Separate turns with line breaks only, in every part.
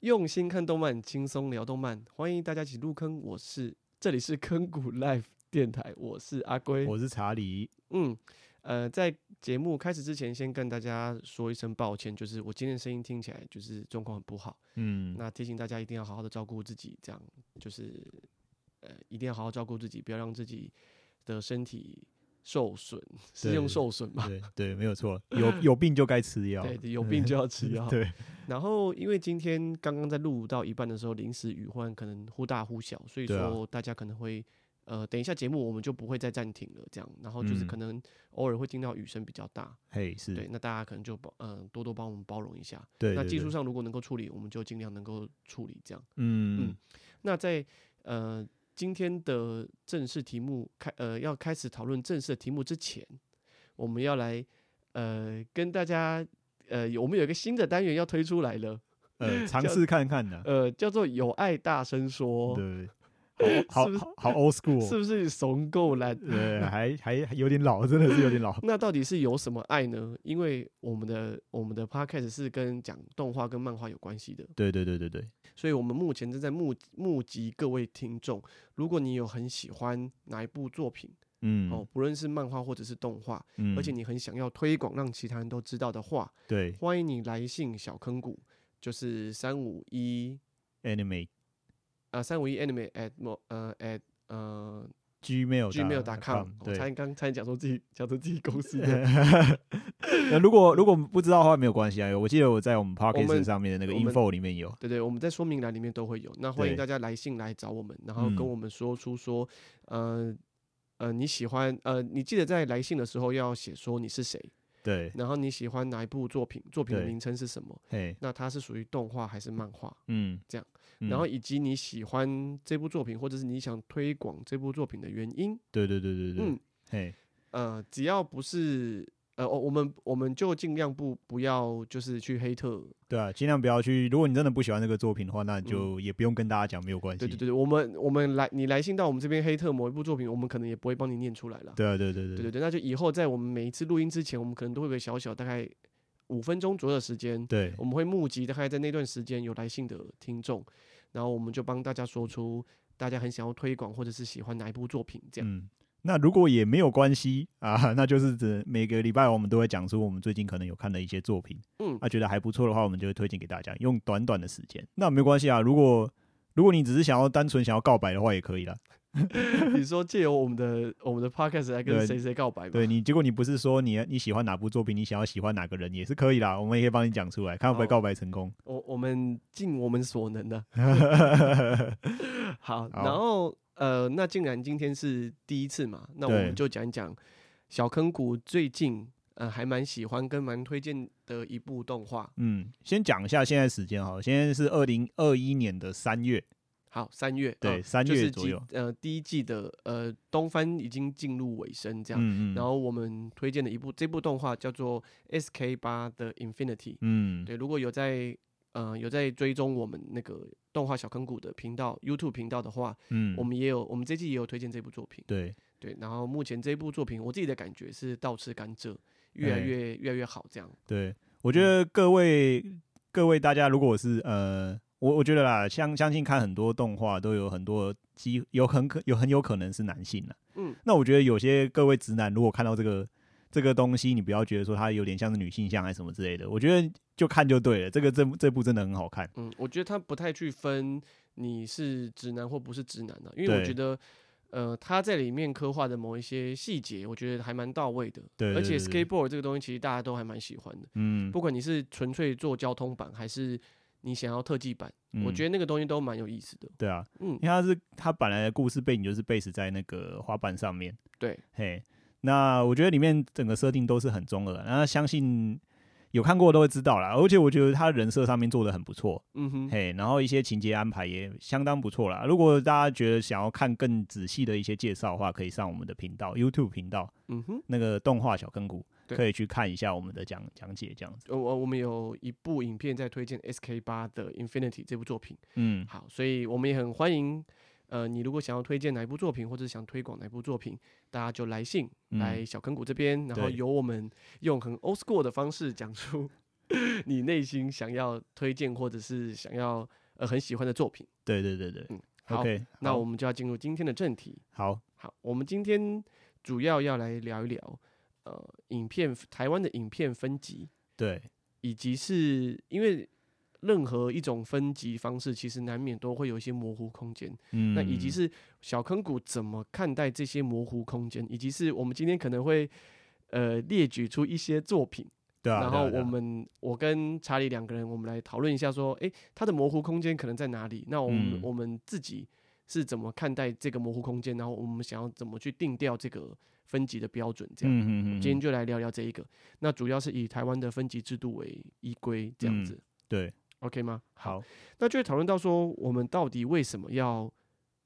用心看动漫，轻松聊动漫，欢迎大家一起入坑。我是这里是坑谷 Live 电台，我是阿龟，
我是查理。
嗯，呃，在节目开始之前，先跟大家说一声抱歉，就是我今天声音听起来就是状况很不好，
嗯，
那提醒大家一定要好好的照顾自己，这样就是呃，一定要好好照顾自己，不要让自己的身体受损，是
对
用受损吧？
对对，没有错， 有有病就该吃药。。
对，有病就要吃药
对，
然后，因为今天刚刚在录到一半的时候，临时雨换，可能忽大忽小，所以
对啊
说大家可能会、呃，等一下节目我们就不会再暂停了，这样。然后就是
嗯
可能偶尔会听到雨声比较大，
嘿，是，
对，
对
那大家可能就包嗯、多多帮我们包容一下。
对，
那技
对
术，上如果能够处理，我们就尽量能够处理这样。
嗯
嗯那在呃今天的正式题目开呃要开始讨论正式的题目之前，我们要来呃跟大家呃有我们有一个新的单元要推出来了。
呃，尝
叫
试看看呢。
呃，叫做有爱大声说，
对，好
是不是
好好 old school，
是不是怂够懒？。
对，还还有点老，真的是有点老
那到底是有什么爱呢？因为我们的我们的 podcast 是跟讲动画跟漫画有关系的，
对对对对对，
所以我们目前正在募募集各位听众。如果你有很喜欢哪一部作品、
嗯，
哦，不论是漫画或者是动画，
嗯
而且你很想要推广让其他人都知道的话，
对
欢迎你来信小坑谷，就是三五一
anime
啊三五一 anime at mo 呃 at 呃
gmail
gmail.com，我
对
才。刚才讲说自己讲说自己公司的
那如果如果不知道的话，没有关系啊。有我记得我在我们 p o
我
c k e
们
t 上面的那个
我们
info 里面有。
对对，我们在说明栏里面都会有。那欢迎
对
大家来信来找我们，然后
嗯
跟我们说出说，呃呃，你喜欢呃，你记得在来信的时候要写说你是谁，
对，
然后你喜欢哪一部作品，作品的
对
名称是什么，
嘿，
那它是属于动画还是漫画，
嗯，
这样
嗯，
然后以及你喜欢这部作品或者是你想推广这部作品的原因。
对对对对对，
嗯
嘿，
呃，只要不是呃，我我们我们就尽量不不要就是去黑特
对啊，尽量不要去。如果你真的不喜欢这个作品的话，那你就也不用跟大家讲，没有关系。
对对对，我们我们来你来信到我们这边黑特某一部作品，我们可能也不会帮你念出来了。
对啊，对对对
对对对，那就以后在我们每一次录音之前，我们可能都会有个小小大概五分钟左右的时间，
对
我们会募集大概在那段时间有来信的听众，然后我们就帮大家说出大家很想要推广或者是喜欢哪一部作品这样。
嗯。那如果也没有关系啊， 那就是指每个礼拜我们都会讲出我们最近可能有看的一些作品，
嗯
啊，觉得还不错的话，我们就会推荐给大家，用短短的时间。那没关系啊，如果如果你只是想要单纯想要告白的话，也可以啦。
你说借由我们的我们的 podcast 来跟
对
谁谁告白吗？
对你，结果你不是说你你喜欢哪部作品，你想要喜欢哪个人也是可以啦，我们也可以帮你讲出来，看会不会
好
告白成功。
我我们尽我们所能 的、好，
好
然后呃，那既然今天是第一次嘛，那我
对
们就讲一讲小坑谷最近呃还蛮喜欢跟蛮推荐的一部动画。
嗯，先讲一下现在时间哈，现在是二零二一年的三月，
好，三月
对
呃
三
就
月
是
左
季
右
呃第一季的呃东番已经进入尾声这样。
嗯嗯，
然后我们推荐的一部这部动画叫做《S K 八的 Infinity》。
嗯，
对，如果有在呃有在追踪我们那个动画小坑谷的频道 YouTube 频道的话，
嗯，
我们也有，我们这季也有推荐这部作品，
对
对。然后目前这部作品，我自己的感觉是倒吃甘蔗，越来
哎
越、越来越好，这样。
对，
嗯
我觉得各位各位大家，如果是呃，我我觉得啦，相相信看很多动画都有很多机有很可有很有可能是男性啦。
嗯，
那我觉得有些各位直男如果看到这个这个东西，你不要觉得说它有点像是女性向还是什么之类的，我觉得就看就对了。这个这部这部真的很好看，
嗯，我觉得他不太去分你是直男或不是直男的、啊因为我
对
觉得，呃，他在里面刻画的某一些细节，我觉得还蛮到位的。
对
而且
对对
skateboard 这个东西，其实大家都还蛮喜欢的，
嗯，
不管你是纯粹做交通版，还是你想要特技版，我
嗯
觉得那个东西都蛮有意思的。
对啊，
嗯
因为它是它本来的故事背景就是 base 在那个花瓣上面，
对，
嘿，那我觉得里面整个设定都是很中二的，那相信有看过都会知道啦。而且我觉得他人设上面做的很不错，
嗯哼，
嘿，然后一些情节安排也相当不错啦。如果大家觉得想要看更仔细的一些介绍的话，可以上我们的频道 YouTube 频道
嗯哼。
那个动画小坑谷，
对
可以去看一下我们的讲讲解这样子。
呃，我我们有一部影片在推荐 S K 八的《Infinity》这部作品，
嗯，
好，所以我们也很欢迎，呃，你如果想要推荐哪一部作品，或者想推广哪一部作品，大家就来信
嗯
来小坑谷这边，然后
对
由我们用很 old school 的方式讲出 你内心想要推荐或者是想要呃很喜欢的作品。
对对对对
嗯，好
，OK，
那
好
我们就要进入今天的正题。
好，
好，我们今天主要要来聊一聊，呃，影片台湾的影片分级，
对
以及是因为任何一种分级方式，其实难免都会有一些模糊空间。
嗯，
那以及是小坑谷怎么看待这些模糊空间，以及是我们今天可能会呃列举出一些作品，
对啊，
然
对啊
后
对
我
啊
们我跟查理两个人，我们来讨论一下说，诶，它的模糊空间可能在哪里？那我们、
嗯
我们自己是怎么看待这个模糊空间？然后我们想要怎么去定调这个分级的标准？这样，
嗯嗯嗯，
今天就来聊聊这一个。那主要是以台湾的分级制度为依归，这样
嗯
子、
对
OK 吗？
好，
那就会讨论到说，我们到底为什么要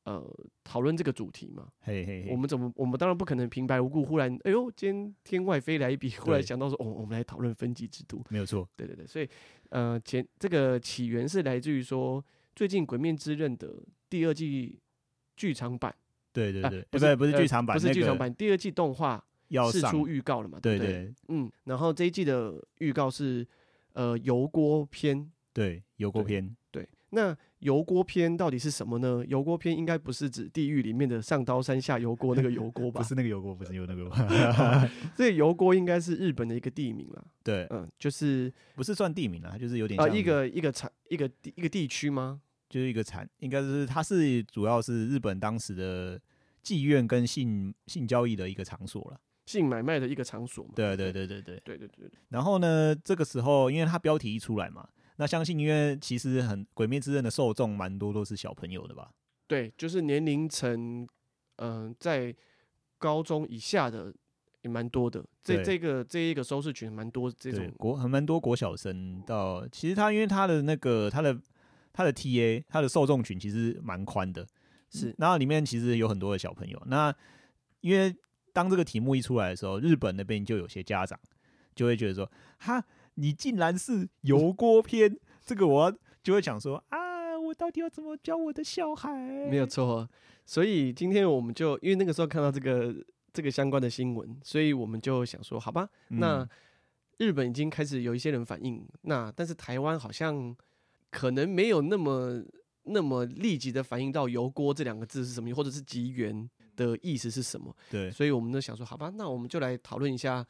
呃讨论这个主题嘛？
嘿嘿嘿，
我们怎么，我们当然不可能平白无故忽然，哎呦，今天天外飞来一笔，忽然
对
想到说，哦，我们来讨论分级制度。
没有错，
对对对，所以呃，前这个起源是来自于说，最近《鬼面之刃》的第二季剧场版，
对对
啊
对，
不
呃不是
呃
剧场版，
不是
那
剧
个
场版，第二季动画
要
释
上，
出预告了嘛？
对
不对，
对
嗯，然后这一季的预告是呃油锅篇，
对，油锅
对
篇，
对，那油锅篇到底是什么呢？油锅篇应该不是指地狱里面的上刀山下油锅那个油 锅吧
不？是那个油锅，不是油那个油锅，
这个油锅应该是日本的一个地名啦，
对，
嗯，就是
不是算地名啊，它就是有点
啊、
像
一个一个产一个地一个地区吗？
就是一个产，应该是它是主要是日本当时的妓院跟性性交易的一个场所了。
性买卖的一个场所嘛？
对对对对对。
对对对对，
然后呢，这个时候因为它标题一出来嘛，那相信因为其实很《鬼灭之刃》的受众蛮多都是小朋友的吧？
对，就是年龄层，嗯、在高中以下的也蛮多的。这
对
这个这一个收视群蛮多这
对
种，，
国很蛮多国小生到，其实他因为他的那个他的他的 TA 他的受众群其实蛮宽的，
是
然后里面其实有很多的小朋友。那因为当这个题目一出来的时候，日本那边就有些家长就会觉得说：“哈，你竟然是油锅片，这个我要就会想说啊，我到底要怎么教我的小孩？”
没有错。哦所以今天我们就因为那个时候看到这个这个相关的新闻，所以我们就想说，好吧，
嗯，
那日本已经开始有一些人反映，那但是台湾好像可能没有那么那么立即的反映到“油锅”这两个字是什么意思，或者是“吉原”的意思是什么。
对
所以我们就想说，好吧，那我们就来讨论一下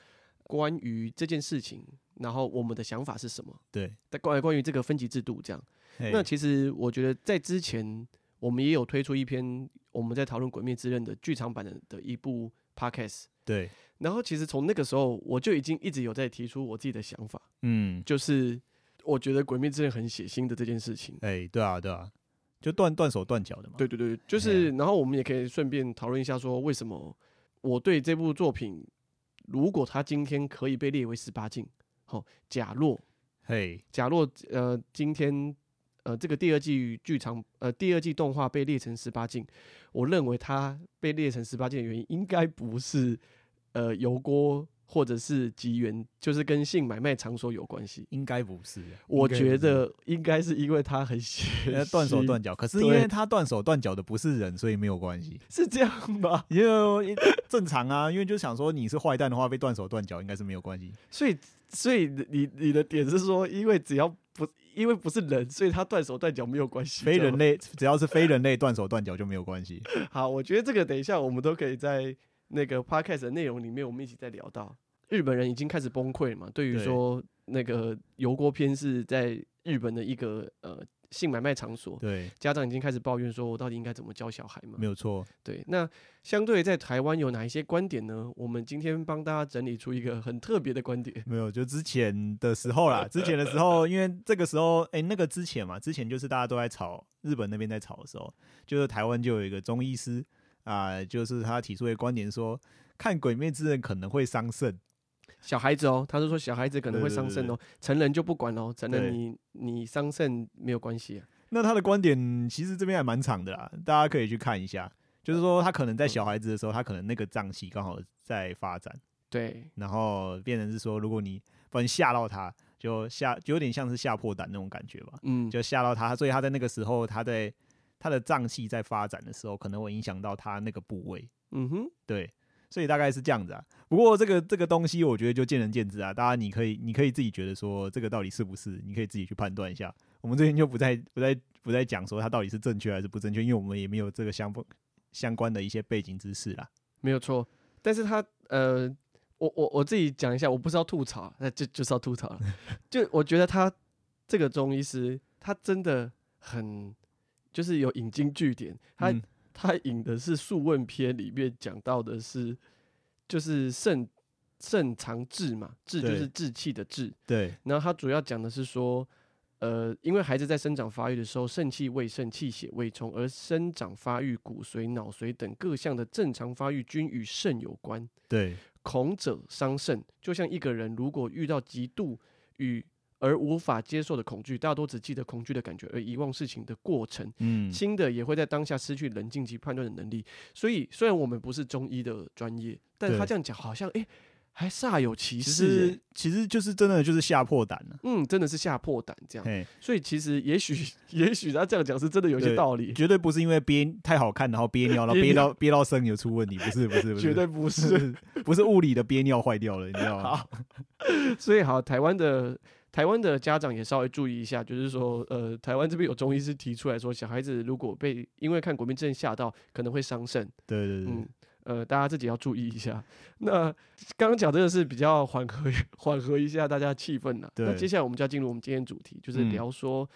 关于这件事情，然后我们的想法是什么？
对，
但关于关于这个分级制度这样。那
嘿
其实我觉得在之前，我们也有推出一篇我们在讨论《鬼灭之刃》的剧场版的的一部 podcast。
对，
然后其实从那个时候，我就已经一直有在提出我自己的想法，
嗯，
就是我觉得《鬼灭之刃》很血腥的这件事情。
哎、对啊，对啊，就断断手断脚的嘛。
对对对，就
哎
是，然后我们也可以顺便讨论一下，说为什么我对这部作品，如果它今天可以被列为十八禁，好、假若
嘿，
假若呃今天呃这个第二季剧场呃第二季动画被列成十八禁，我认为它被列成十八禁的原因应该不是呃油锅或者是吉原，就是跟性买卖场所有关系。
应该不是啊，
我
应该不
觉
是
得应该是因为它很血
呃断手
腥
断脚，可是因为
对
他断手断脚的不是人，所以没有关系。
是这样吧？
因 为正常啊，因为就想说你是坏蛋的话，被断手断脚应该是没有关系。
所以，所以你你的点是说，因为只要不因为不是人，所以他断手断脚没有关系，
非
这样
人类只要是非人类断手断脚就没有关 系。
吗。好，我觉得这个等一下我们都可以在那个 podcast 的内容里面，我们一起再聊到。日本人已经开始崩溃了嘛？对于
对
说那个油锅片是在日本的一个呃性买卖场所，
对，
家长已经开始抱怨说，我到底应该怎么教小孩嘛
没？有错。
对，那相对在台湾有哪一些观点呢？我们今天帮大家整理出一个很特别的观点。
没有，就之前的时候啦，之前的时候，因为这个时候，哎、那个之前嘛，之前就是大家都在吵，日本那边在吵的时候，就是台湾就有一个中医师啊、就是他提出的观点说，看《鬼灭之刃》可能会伤肾，
小孩子哦，他是说小孩子可能会
对对
伤
对
肾
对
哦，成人就不管哦，成
对
人你你伤肾没有关系、啊。
那他的观点其实这边还蛮长的啦，大家可以去看一下。就是说，他可能在小孩子的时候，他可能那个脏器刚好在发展，
对，
然后变成是说，如果你不然吓到他，就吓，就有点像是吓破胆那种感觉吧，
嗯，
就吓到他，所以他在那个时候，他在他的脏器在发展的时候，可能会影响到他那个部位，
嗯哼，
对。所以大概是这样子啊。不过这个这个东西，我觉得就见仁见智啊。当然，你可以你可以自己觉得说这个到底是不是，你可以自己去判断一下。我们这边就不再不再不再讲说它到底是正确还是不正确，因为我们也没有这个相关相关的一些背景知识啦。
没有错。但是他呃，我我我自己讲一下，我不是要吐槽，啊那就就是要吐槽了。就我觉得他这个中医师，他真的很就是有引经据典，他、
嗯
他引的是《素问》篇里面讲到的是，就是肾肾藏志嘛，志就
对
是志气的志。
对
然后他主要讲的是说，呃，因为孩子在生长发育的时候，肾气未盛，气血未充，而生长发育、骨髓、脑髓等各项的正常发育均与肾有关。
对
恐者伤肾，就像一个人如果遇到极度与而无法接受的恐惧，大多只记得恐惧的感觉，而遗忘事情的过程。
嗯
轻的也会在当下失去冷静及判断的能力。所以，虽然我们不是中医的专业，但他
对
这样讲好像诶，还煞有其
其
事耶、
实其实就是真的就是吓破胆了、
嗯，真的是吓破胆这样。
嘿，
所以其实也许也许他这样讲是真的有一些
对
道理，
绝对不是因为憋太好看，然后憋尿，然后
憋
憋到憋到生有出问题，不是不是不是，
绝对不是。
是不是物理的憋尿坏掉了，你知道吗？
好，所以好，台湾的台湾的家长也稍微注意一下，就是说，呃，台湾这边有中医师提出来说，小孩子如果被因为看国民症吓到，可能会伤肾。
对对对，
嗯，呃，大家自己要注意一下。那刚刚讲这个是比较缓和缓和一下大家气氛了。那
对
接下来我们就要进入我们今天主题，就是
嗯
聊说《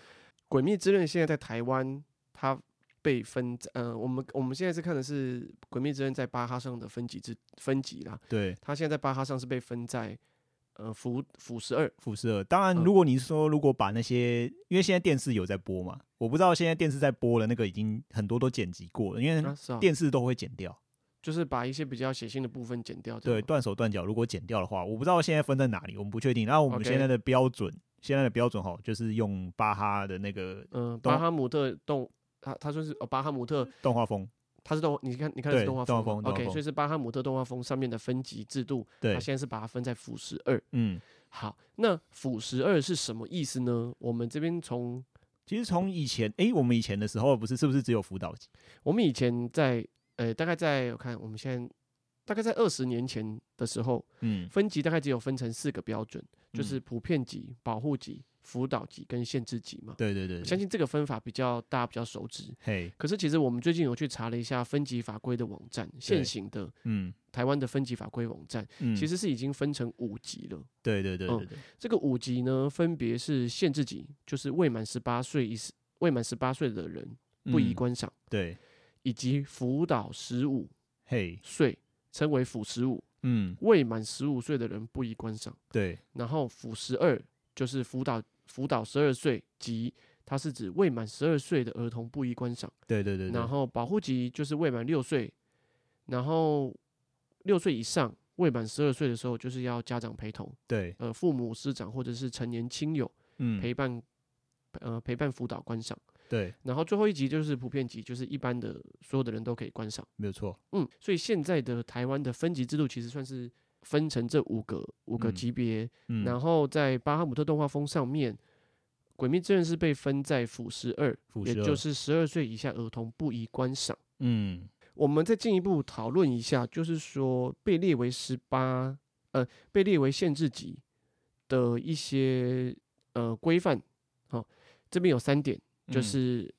鬼灭之刃》现在在台湾它被分，呃，我们我们现在是看的是《鬼灭之刃》在巴哈上的分级之分级啦，
对，
它现在在巴哈上是被分在呃辅辅十二，
辐射。当然，
嗯
如果你说如果把那些，因为现在电视有在播嘛，我不知道现在电视在播的那个已经很多都剪辑过了，因为
啊是啊，
电视都会剪掉，
就是把一些比较血腥的部分剪掉，
对，，断手断脚如果剪掉的话，我不知道现在分在哪里，我们不确定。然后我们
OK
现在的标准，现在的标准哈，就是用巴哈的那个
嗯、
动
巴哈姆特动。他他说是哦，巴哈姆特
动画风，
它是动，你看你看的是
对
动画
动画
风吗
风动画
，OK，
风
所以是巴哈姆特动画风上面的分级制度，它
对，
现在是把它分在腐十二。
嗯，
好，那腐十二是什么意思呢？我们这边从
其实从以前，诶，我们以前的时候不是是不是只有辅导级？
我们以前在呃，大概在我看我们现在大概在二十年前的时候，
嗯，
分级大概只有分成四个标准，就是
嗯
普遍级、保护级、辅导级跟限制级嘛。
对对对，
我
对
相信这个分法比较大家比较熟知。
嘿，
可是其实我们最近有去查了一下分级法规的网站，现
对
行的
嗯
台湾的分级法规网站。
嗯，
其实是已经分成五级了。
对对对
嗯
对对，
这个五级呢，分别是限制级，就是未满十八岁以未满十八岁的人不宜
嗯
观赏，
对，
以及辅导十五
嘿，
岁称为辅十五，
嗯，
未满十五岁的人不宜观赏。
对，
然后辅十二就是辅导辅导十二岁及。它是指未满十二岁的儿童不宜观赏，
对对对对，
然后保护级就是未满六岁，然后六岁以上未满十二岁的时候就是要家长陪同，
对，
呃父母、师长或者是成年亲友
嗯，
陪伴，呃陪伴辅导观赏。
对，
然后最后一集就是普遍级，就是一般的所有的人都可以观赏。
没有错，
嗯，所以现在的台湾的分级制度其实算是分成这五个五个
嗯
级别，
嗯，
然后在巴哈姆特动画风上面。《鬼灭之刃》是被分在腐十二，
腐
也
十
就
二
是十二岁以下儿童不宜观赏。
嗯，
我们再进一步讨论一下，就是说被列为十八，呃，被列为限制级的一些呃规范。好、这边有三点，就
嗯
是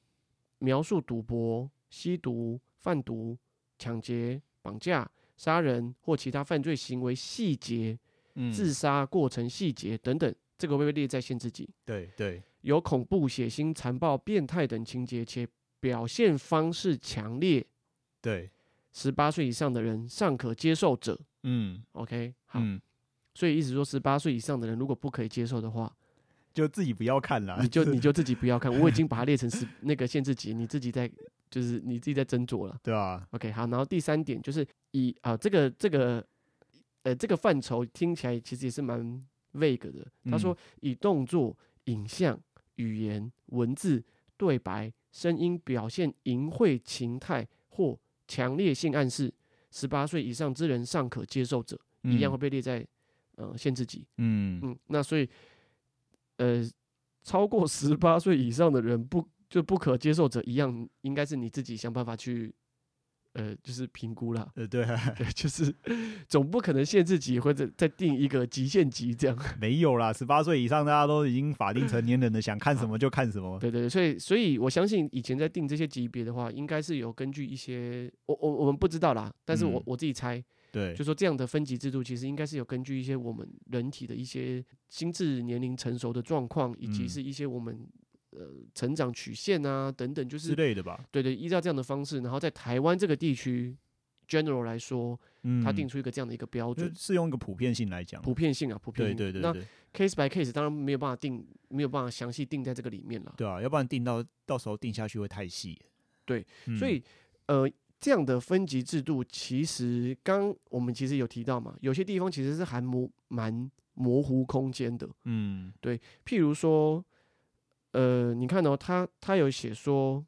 描述赌博、吸毒、贩毒、抢劫、绑架、杀人或其他犯罪行为细节、
嗯
自杀过程细节等等，这个会被列在限制级。
对对
有恐怖、血腥、残暴、变态等情节，且表现方式强烈。
对，
十八岁以上的人尚可接受者。
嗯
OK，好，
嗯，
所以意思说十八岁以上的人如果不可以接受的话，
就自己不要看啦，
你就你就自己不要看。我已经把它列成十那个限制级，你自己在就是你自己在斟酌了。
对啊吧？
OK，好，然后第三点就是以啊这个这个呃这个范畴听起来其实也是蛮 vague 的。他说以动作、影像、语言、文字、对白、声音表现淫秽情态或强烈性暗示，十八岁以上之人尚可接受者，一样会
嗯
被列在呃限制级。
嗯，，
嗯，那所以呃超过十八岁以上的人不就不可接受者一样，应该是你自己想办法去呃，就是评估啦
呃，对、 啊，
对，就是总不可能限制级或者再定一个极限级这样。
没有啦，十八岁以上大家都已经法定成年人了，想看什么就看什么。
对对对，所以所以我相信以前在定这些级别的话，应该是有根据一些我我我们不知道啦，但是我、
嗯
我自己猜，
对
就，说这样的分级制度其实应该是有根据一些我们人体的一些心智年龄成熟的状况，以及
嗯
是一些我们呃成长曲线啊等等，就
之
是
类的吧。
对对，依照这样的方式，然后在台湾这个地区 general 来说，
嗯，
它定出一个这样的一个标准
就。是用一个普遍性来讲。
普遍性啊，普遍
对
性。
对对
那
对
case by case 当然没有办法定，没有办法详细定在这个里面了。
对啊，要不然定到到时候定下去会太细。
对
嗯，
所以呃，这样的分级制度，其实刚我们其实有提到嘛，有些地方其实是还模蛮模糊空间的。
嗯
譬如说，呃，你看哦，他他有写说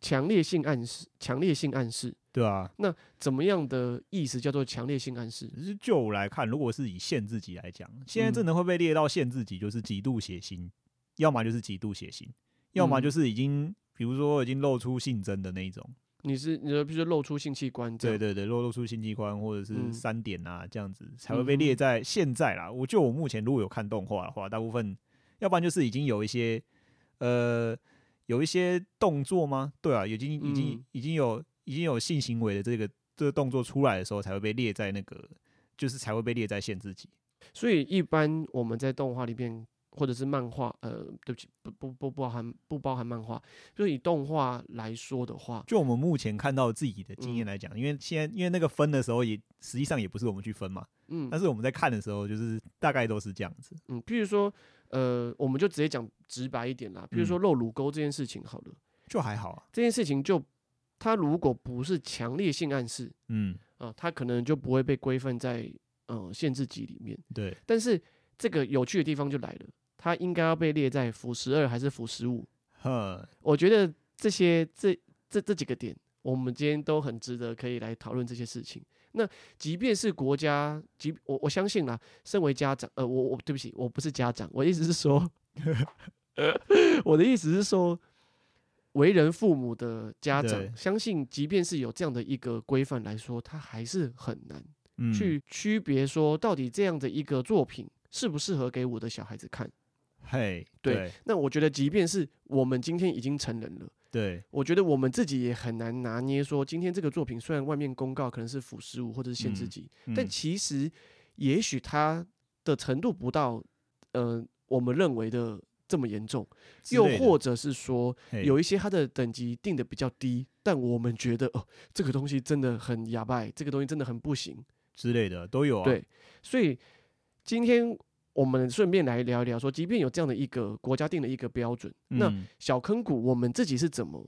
强烈性暗示，强烈性暗示
对啊，
怎么样的意思叫做强烈性暗示？
只是就我来看，如果是以限制级来讲，现在
嗯
真的会被列到限制级，就是极度血腥，要么就是极度血腥，要么
嗯
就是已经，比如说已经露出性征的那一种，
你是你说，比如说露出性器官这
对
样，
对对，露露出性器官或者是
嗯
三点啊这样子，才会被列在现在啦。我就我目前如果有看动画的话，大部分要不然就是已经有一些呃有一些动作吗？对啊，已经已经、
嗯
已经有已经有性行为的这个这个动作出来的时候，才会被列在那个。就是才会被列在限制级，
所以一般我们在动画里面或者是漫画，呃，对不起，不不不包含不包含漫画，就是以动画来说的话，
就我们目前看到自己的经验
嗯
来讲，因为现在因为那个分的时候也实际上也不是我们去分嘛，
嗯
但是我们在看的时候就是大概都是这样子。
嗯，譬如说，呃，我们就直接讲直白一点啦，譬如
嗯
说露乳沟这件事情好了，
就还好啊，
这件事情就它如果不是强烈性暗示
嗯，
啊、它可能就不会被规范在呃限制级里面。
对，
但是这个有趣的地方就来了，它应该要被列在辅十二还是辅十五？
哼，
我觉得这些这这这几个点，我们今天都很值得可以来讨论这些事情。那即便是国家，即我我相信啦，身为家长，呃，我我对不起，我不是家长，我的意思是说， 我的意思是说，为人父母的家
对
长，相信即便是有这样的一个规范来说，它还是很难
嗯，
去区别说到底这样的一个作品适不适合给我的小孩子看。
嘿，
对
对
那我觉得，即便是我们今天已经成人了。
对，
我觉得我们自己也很难拿捏，说今天这个作品虽然外面公告可能是腐十五或者是限制级，但
嗯
其实也许它的程度不到，呃，我们认为的这么严重，
之
又
类的哎
或者是说
嘿
有一些它的等级定的比较低，但我们觉得哦，这个东西真的很哑巴，欸这个东西真的很不行，
之类的都有啊，
对，所以今天。我们顺便来聊一聊，说即便有这样的一个国家定的一个标准，那
嗯
小坑谷我们自己是怎么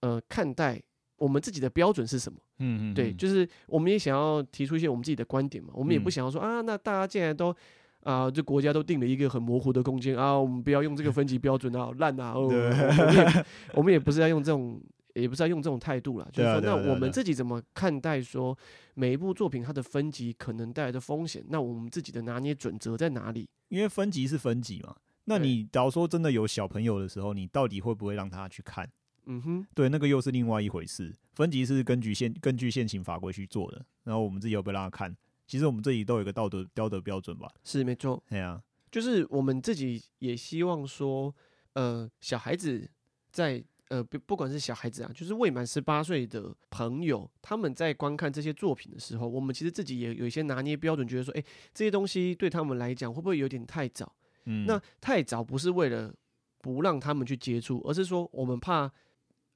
呃看待我们自己的标准是什么？
嗯嗯，
对，
嗯
就是我们也想要提出一些我们自己的观点嘛，我们也不
嗯
想要说、啊，那大家既然都。啊，这国家都定了一个很模糊的空间啊，我们不要用这个分级标准啊，好烂啊！哦，我
对
们也我们也不是要用这种，也不是要用这种态度啦，就是
对啊
说，
对
那
啊对啊
我
对
们
啊
自己怎么看待说每一部作品它的分级可能带来的风险？那我们自己的拿捏准则在哪里？
因为分级是分级嘛。那
对
你假如说真的有小朋友的时候，你到底会不会让他去看？
嗯哼，
对，那个又是另外一回事。分级是根据现根据现行法规去做的，然后我们自己有没有让他看？其实我们自己都有一个道德道德标准吧。
是没错。
哎呀、
就是我们自己也希望说，呃，小孩子在呃不不管是小孩子啊，就是未满十八岁的朋友，他们在观看这些作品的时候，我们其实自己也有一些拿捏标准，觉得说，哎，这些东西对他们来讲会不会有点太早？
嗯，
那太早不是为了不让他们去接触，而是说我们怕。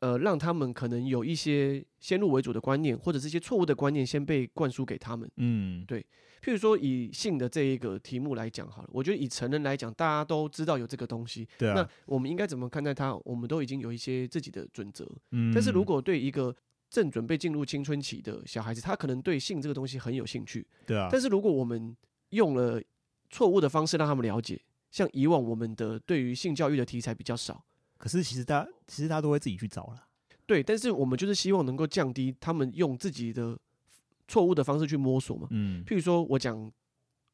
呃，让他们可能有一些先入为主的观念，或者是一些错误的观念，先被灌输给他们。
嗯，
譬如说以性的这一个题目来讲好了，我觉得以成人来讲，大家都知道有这个东西，
对
那
啊，
我们应该怎么看待它？我们都已经有一些自己的准则。
嗯，
但是如果对一个正准备进入青春期的小孩子，他可能对性这个东西很有兴趣，
对啊，
但是如果我们用了错误的方式让他们了解，像以往我们的对于性教育的题材比较少。
可是其实他其实他都会自己去找了。
对，但是我们就是希望能够降低他们用自己的错误的方式去摸索嘛。
嗯
譬如说我讲，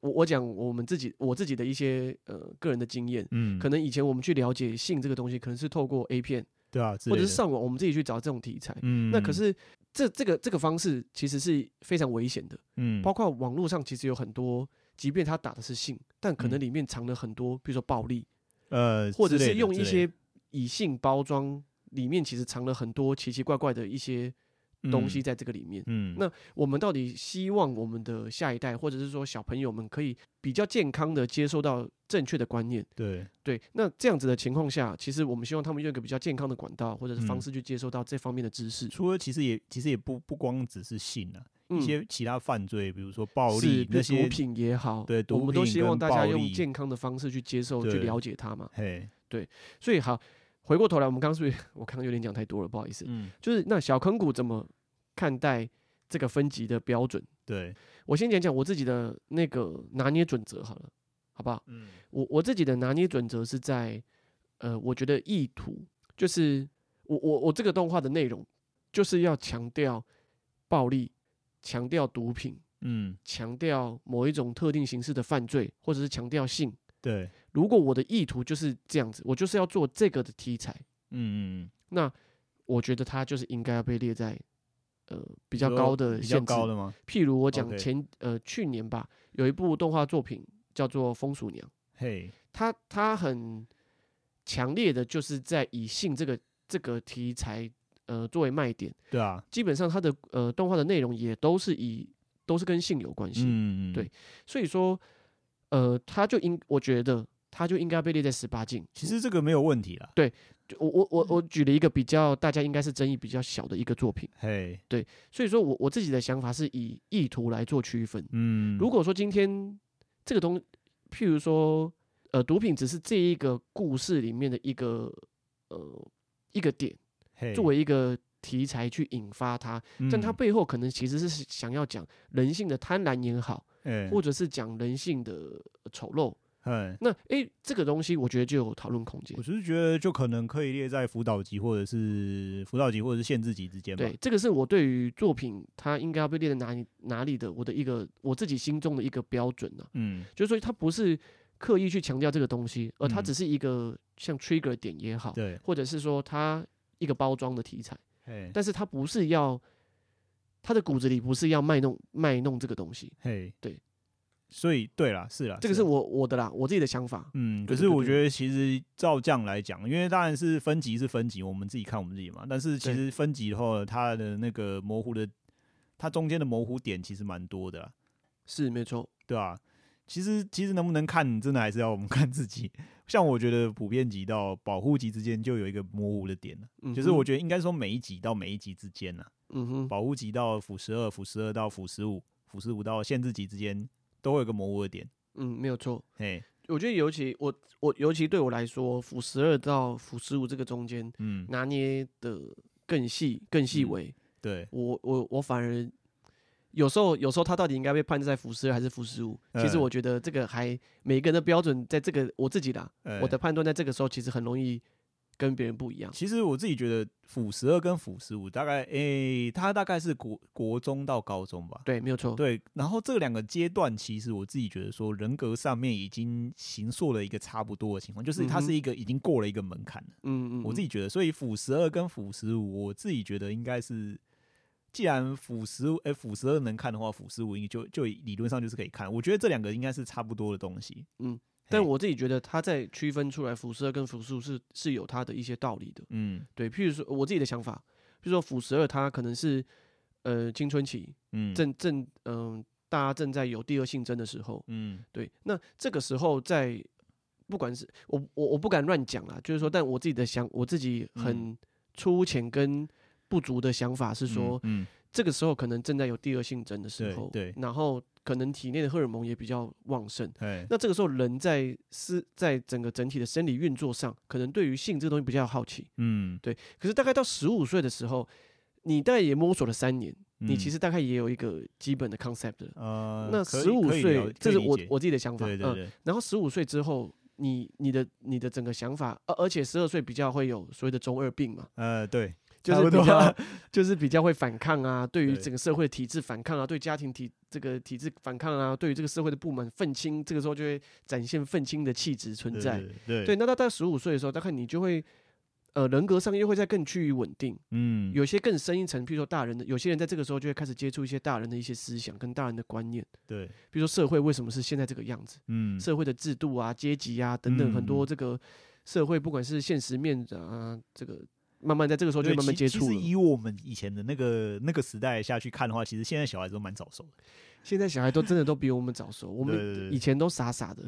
我我讲我们自己我自己的一些呃个人的经验，
嗯，
可能以前我们去了解性这个东西，可能是透过 A 片
对啊，之
或者
类
是
的
上网我们自己去找这种题材。
嗯，
那可是这这个这个方式其实是非常危险的，
嗯，
包括网络上其实有很多，即便他打的是性，但可能里面藏了很多，比如说暴力，
嗯呃，
或者
之类
是
的
用
之
一
类
些以性包装，里面其实藏了很多奇奇怪怪的一些
的
东西，在这个里面。
嗯，嗯
那我们到底希望我们的下一代，或者是说小朋友们，可以比较健康的接受到正确的观念？
对，
对，那这样子的情况下，其实我们希望他们用一个比较健康的管道或者是方
嗯
式去接受到这方面的知识。
除了其实也其实也不不光只是性啊，
嗯
一些其他犯罪，比如说暴
是
力
比如
那些
毒，品也好，
对毒
我们都
品
希
跟
望大家
暴
用
力
健康的方式去接受、去
对
了解它嘛。
嘿，
所以好，回过头来，我们刚刚是不是 我刚刚有点讲太多了，不好意思。
嗯，
就是那小坑谷怎么看待这个分级的标准？
对，
我先讲讲我自己的那个拿捏准则好了，好不好？
嗯
我我自己的拿捏准则是在，呃，我觉得意图就是我我我这个动画的内容就是要强调暴力，强调毒品，
嗯，
强调某一种特定形式的犯罪，或者是强调性。
对，
如果我的意图就是这样子，我就是要做这个的题材，
嗯嗯，
那我觉得它就是应该要被列在呃比
比
较高的
比较
限制。
高的吗？
譬如我讲
OK
前呃去年吧，有一部动画作品叫做《风鼠娘》，
嘿，
它它很强烈的就是在以性这个这个题材呃作为卖点，
对啊，
基本上它的呃动画的内容也都是以都是跟性有关系，
嗯，嗯
对。所以说呃它就应我觉得它就应该被列在十八禁。
其实这嗯个没有问题啦，
就我我我我举了一个比较大家应该是争议比较小的一个作品，
嘿，
所以说我我自己的想法是以意图来做区分。
嗯，
如果说今天这个东，譬如说，呃，毒品只是这一个故事里面的一个呃一个点，
嘿
作为一个题材去引发它，但它
嗯
背后可能其实是想要讲人性的贪婪也好，
嘿
或者是讲人性的呃丑陋。
嘿，
那诶，这个东西我觉得就有讨论空间
我。只是觉得就可能可以列在辅导级或者是辅导级或者是限制级之间吧，
对，这个是我对于作品它应该要被列在哪里哪里的我的一个我自己心中的一个标准啊呢、
嗯，
就是说它不是刻意去强调这个东西，而它
嗯
只是一个像 trigger 点也好，
对，
或者是说它一个包装的题材，
嘿，
但是它不是要它的骨子里不是要卖弄卖弄这个东西，
嘿，
对，
所以对啦，是啦，
这个
啊
是
是啦
我我的啦，我自己的想法。
嗯，可
对对
是
对
我
对
觉得其实照这样来讲，因为当然是分级是分级，我们自己看我们自己嘛。但是其
对
实分级的话，它的那个模糊的，它中间的模糊点其实蛮多的啦，
是没错，
对吧、啊其实其实能不能看，真的还是要我们 看自己。像我觉得普遍级到保护级之间就有一个模糊的点了，
嗯
就是我
哼
觉得应该说每一级到每一级之间啊，
嗯哼，
保护级到辅十二、辅十二到辅十五、辅十五到限制级之间都会有一个模糊的点。
嗯，没有错。
嘿，
我觉得尤其我我尤其对我来说，辅十二到辅十五这个中间
嗯，
拿捏的更细更细
嗯
微，
对，
我我我反而有时候有时候他到底应该被判在服十二还是服十五？其实
嗯
我觉得这个还每个人的标准，在这个我自己的啊、
呃
我的判断，在这个时候其实很容易跟别人不一样。
其实我自己觉得辅十二跟辅十五大概，诶、它大概是国国中到高中吧。
对，没有错。
对，然后这两个阶段，其实我自己觉得说人格上面已经形塑了一个差不多的情况，就是它
嗯哼
是一个已经过了一个门槛了。
嗯嗯，
我
嗯
自己觉得，所以辅十二跟辅十五，我自己觉得应该是，既然辅十五，诶，辅十二能看的话，辅十五应就就理论上就是可以看。我觉得这两个应该是差不多的东西。
嗯，
嘿
但我自己觉得他在区分出来服十二跟服十五是是有他的一些道理的。
嗯
对，譬如说我自己的想法，譬如说服十二，它可能是呃青春期
嗯
正正嗯、大家正在有第二性征的时候，
嗯
对，那这个时候在不管是我我我不敢乱讲啦，就是说，但我自己的想，我自己
嗯
很粗浅跟不足的想法是说，
嗯嗯
这个时候可能正在有第二性征的时
对
候，
对
然后可能体内的荷尔蒙也比较旺盛。
哎
那这个时候，人在思在整个整体的生理运作上，可能对于性这个东西比较好奇。
嗯，
对，可是大概到十五岁的时候，你大概也摸索了三年，你
嗯
其实大概也有一个基本的 concept 了。
呃，
那
可以
十五
可以了
岁，这是
可以理
我
解
我自己的想法。
对
嗯
对对，
然后十五岁之后，你你的你的整个想法，而、而且十二岁比较会有所谓的中二病嘛，
呃，对，
就
差
是
不多
比较就是比较会反抗啊，对于
对
整个社会的体制反抗啊，对家庭体这个体制反抗啊，对于这个社会的不满愤青，这个时候就会展现愤青的气质存在。
对对
对，那到到十五岁的时候，大概你就会呃人格上又会再更趋于稳定。
嗯，
有些更深一层，譬如说大人的，有些人在这个时候就会开始接触一些大人的一些思想跟大人的观念，
对，
比如说社会为什么是现在这个样子，
嗯，
社会的制度啊、阶级啊等等很
嗯
多这个社会，不管是现实面的啊，这个慢慢在这个时候就
对
慢慢
其
接触
其实
了。
以我们以前的那个那个时代下去看的话，其实现在小孩子都蛮早熟的。
现在小孩都真的都比我们早熟，我
对 对
们
对
以前都傻 傻的。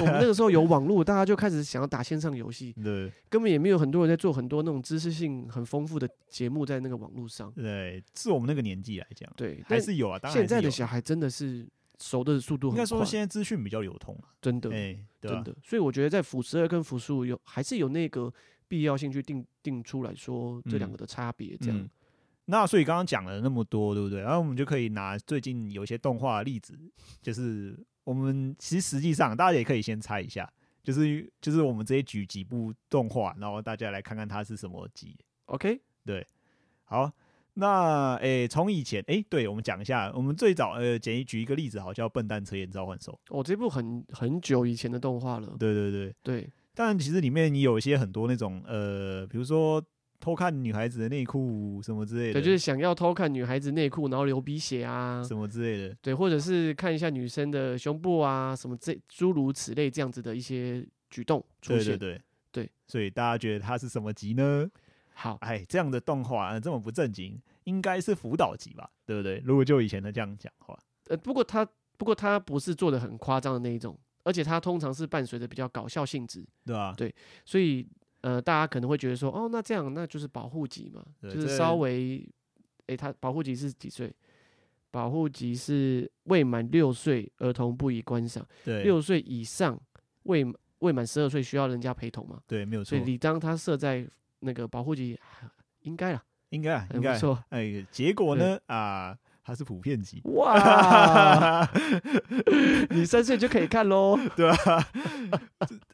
我们那个时候有网络，大家就开始想要打线上游戏，
对
根本也没有很多人在做很多那种知识性很丰富的节目在那个网络上。
对，是我们那个年纪来讲，
对，
还
但
是有啊。当然还
现在
是有
的小孩真的是熟的速度
应
很
该
快，
说现在资讯比较流通啊。
真的、
哎，对
真
吧？
的，所以我觉得在辅十二跟辅十五有还是有那个必要性去定定出来说这两
嗯
个的差别，这样、
嗯那所以刚刚讲了那么多，对不对？然后我们就可以拿最近有一些动画的例子，就是我们其实实际上大家也可以先猜一下，就是就是我们直接举几部动画，然后大家来看看它是什么集。
OK。
好，那诶，从以前诶，对我们讲一下，我们最早呃，简一举一个例子，好叫《笨蛋车间召唤兽
哦，这部很很久以前的动画了》。，
对对对，
对，
但其实里面你有一些很多那种呃，比如说偷看女孩子的内裤什么之类
对，
的，
就是想要偷看女孩子内裤，然后流鼻血啊，
什么之类的。
对，或者是看一下女生的胸部啊，什么这诸如此类这样子的一些举动出
对
现。
对对
对，
所以大家觉得它是什么集呢？
好，
哎，这样的动画、呃、这么不正经，应该是辅导集吧，对不对？如果就以前的这样讲话，
呃，不过他不过他不是做的很夸张的那一种，而且他通常是伴随着比较搞笑性质，
对吧、
对所以呃，大家可能会觉得说，哦，那这样那就是保护级嘛，就
对
是
这
稍微，诶，他保护级是几岁？保护级是未满六岁儿童不宜观赏，
对
六岁以上未满未满十二岁需要人家陪同嘛，
对，没有
所
错
以，理当他设在那个保护级，应该啦，
应该啊
很
应
不
该啊。
错。
哎，结果呢啊，它是普遍集。
哇， 你三岁就可以看喽。
对啊，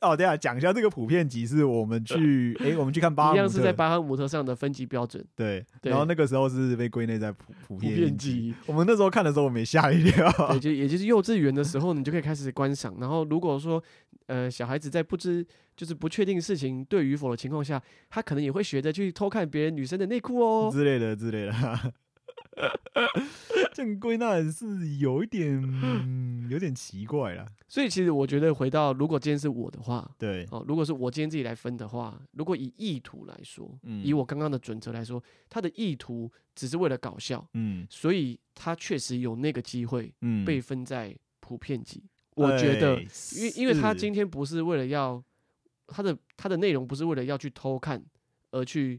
哦，对啊，讲一下这个普遍集是我 们去，诶，我们去看巴哈
一
姆
样是在
特，
巴赫姆特上的分级标准，
对，
对
然后那个时候是被归类在普普
普
遍
遍。级。
我们那时候看的时候，我们也吓一跳，
对，就也就是幼稚园的时候，你就可以开始观赏。然后如果说，呃，小孩子在不知就是不确定事情对与否的情况下，他可能也会学着去偷看别人女生的内裤哦。
之类的之类的。 这样归纳是有一点、嗯有点奇怪啦。
所以其实我觉得，回到如果今天是我的话，
对，
哦，如果是我今天自己来分的话，如果以意图来说，
嗯
以我刚刚的准则来说，他的意图只是为了搞笑，
嗯
所以他确实有那个机会
嗯，
被分在普遍级。我觉得
哎，
因为因为他
是
今天不是为了要他的他的内容不是为了要去偷看而去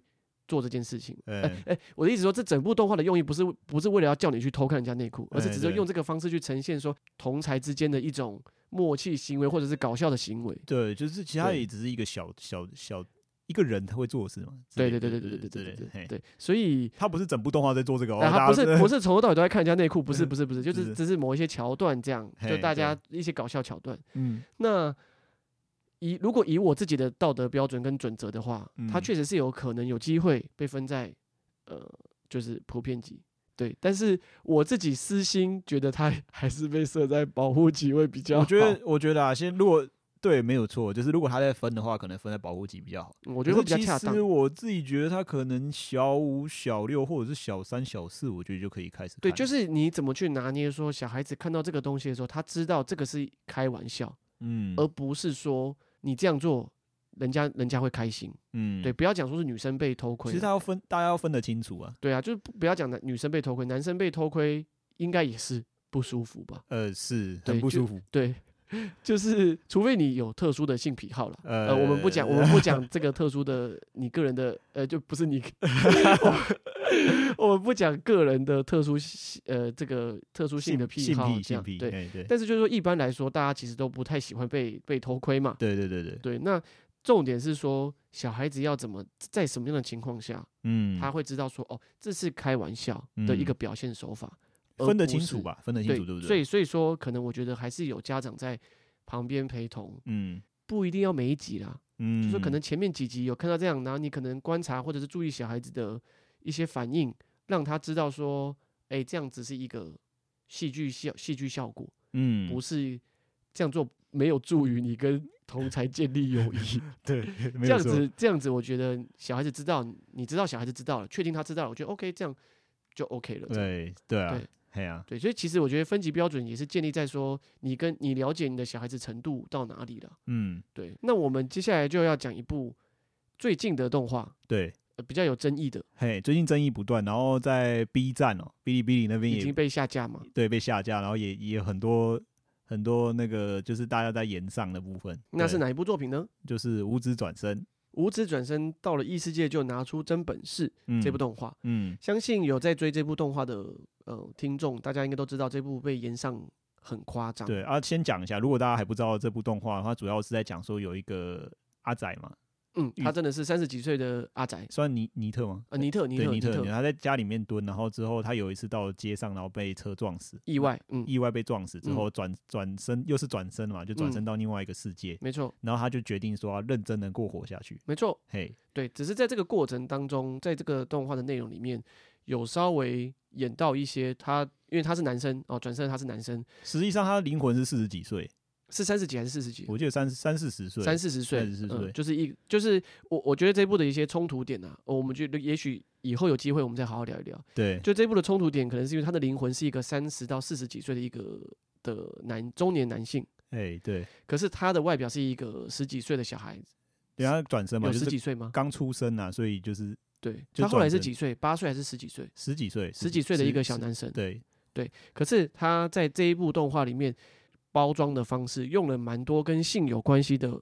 做这件事情。哎、
哎
哎我的意思说，这整部动画的用意不是不是为了要叫你去偷看人家内裤，而是
哎
只是
对
用这个方式去呈现说同才之间的一种默契行为或者是搞笑的行为。
对，就是其他
对
也只是一个小小小一个人他会做的事嘛。之
对
类
对对对
的
对对
之
对
类的
对对
嘿
对，所以。
他不是整部动画在做这个哦，
啊，他
大
不
家
是不是从头到尾都在看人家内裤，不是不是不是，就
不
是
是
只是某一些桥段这样，就
嘿
大
对
家一些搞笑桥段。
嗯
那以如果以我自己的道德标准跟准则的话，它
嗯
确实是有可能有机会被分在呃，就是普遍级。对，但是我自己私心觉得它 还是被设在保护级会比较好。
我觉得，我觉得啊，先如果对没有错，就是如果他在分的话，可能分在保护级比较好。
嗯我
我
觉得会比较恰当
其实。我自己觉得他可能小五、小六或者是小三、小四，我觉得就可以开始看。
对，就是你怎么去拿捏说小孩子看到这个东西的时候，他知道这个是开玩笑，
嗯
而不是说你这样做，人家人家会开心。
嗯
对，。不要讲说是女生被偷
其
窥
实
了，
他要分，大家要分得清楚啊。
对啊，就是不不要讲男女生被偷窥，男生被偷窥应该也是不舒服吧？
呃，是
对
很不
就
舒服。
对， 就是除非你有特殊的性癖好了。
呃
呃，我们不讲，我们不讲这个特殊的你个人的，呃，就不是你， 我我们不讲个人的特殊性，呃，这个特殊性的癖
性
好
癖，
这
性
样
癖，
对。
哎对
但是就是说，一般来说，大家其实都不太喜欢被被偷窥嘛。
对对对对，
对，那重点是说，小孩子要怎么在什么样的情况下，
嗯，
他会知道说，哦，这是开玩笑的一
嗯
个表现手法，而
分得
不
清
是
楚吧，分得清
对
楚，对不对？
所以所以说，可能我觉得还是有家长在旁边陪同，
嗯
不一定要每一集啦，
嗯，
就是可能前面几集有看到这样，然后你可能观察或者是注意小孩子的一些反应，让他知道说，哎、这样子是一个戏剧效戏剧效果，
嗯
不是这样做没有助于你跟同才建立友谊。
对， 没
这
有
样
错，
子，这样子，我觉得小孩子知道，你知道小孩子知道了，确定他知道了，我觉得 OK，这样就 OK 了。这样
对对啊
对，
嘿啊，
对，所以其实我觉得分级标准也是建立在说你跟你了解你的小孩子程度到哪里了。
嗯，
对，那我们接下来就要讲一部最近的动画，
对，
呃，比较有争议的，
嘿，最近争议不断，然后在 B 站哦，哔哩哔哩那边
已经
也
被下架嘛。
对被下架，然后也也有很多很多那个就是大家在言上的部分，
那是
对？
哪一部作品呢？
就是五指转身，
五指转身到了异世界就拿出真本事、
嗯，
这部动画，
嗯，
相信有在追这部动画的呃听众，大家应该都知道这部被延上很夸张。
对啊，先讲一下，如果大家还不知道这部动画的话，它主要是在讲说有一个阿仔嘛，
嗯，他
嗯
真的是三十几岁的阿宅，
算尼尼特吗？
呃，尼特，尼
对
特，
尼
尼
特，
特，
他在家里面蹲，然后之后他有一次到街上，然后被车撞死，
意外，嗯，
意外被撞死之
嗯
后转转身又是转身嘛，就转身
嗯
到另外一个世界，
没错，
然后他就决定说要认真的过活下去，
没错，
嘿，
对，只是在这个过程当中，在这个动画的内容里面，有稍微演到一些他，因为他是男生哦，转身他是男生，
实际上他的灵魂是四十几岁，
是三十几还是四十几？
我记得三三四十岁，
三四十岁，
34岁
嗯，就是一就是我我觉得这部的一些冲突点啊，哦我们觉得也许以后有机会我们再好好聊一聊。
对
就这部的冲突点，可能是因为他的灵魂是一个三十到四十几岁的一个的男中年男性，
哎对，
可是他的外表是一个十几岁的小孩，
对他转身嘛，
有
就
十
是
几岁吗？
刚出生啊，所以就是
对，
就
他后来
转
是
身
几岁？八岁还是十几岁？
十几岁，
十几岁的一个小
十
男生。
对，
可是他在这一部动画里面包装的方式，用了蛮多跟性有关系的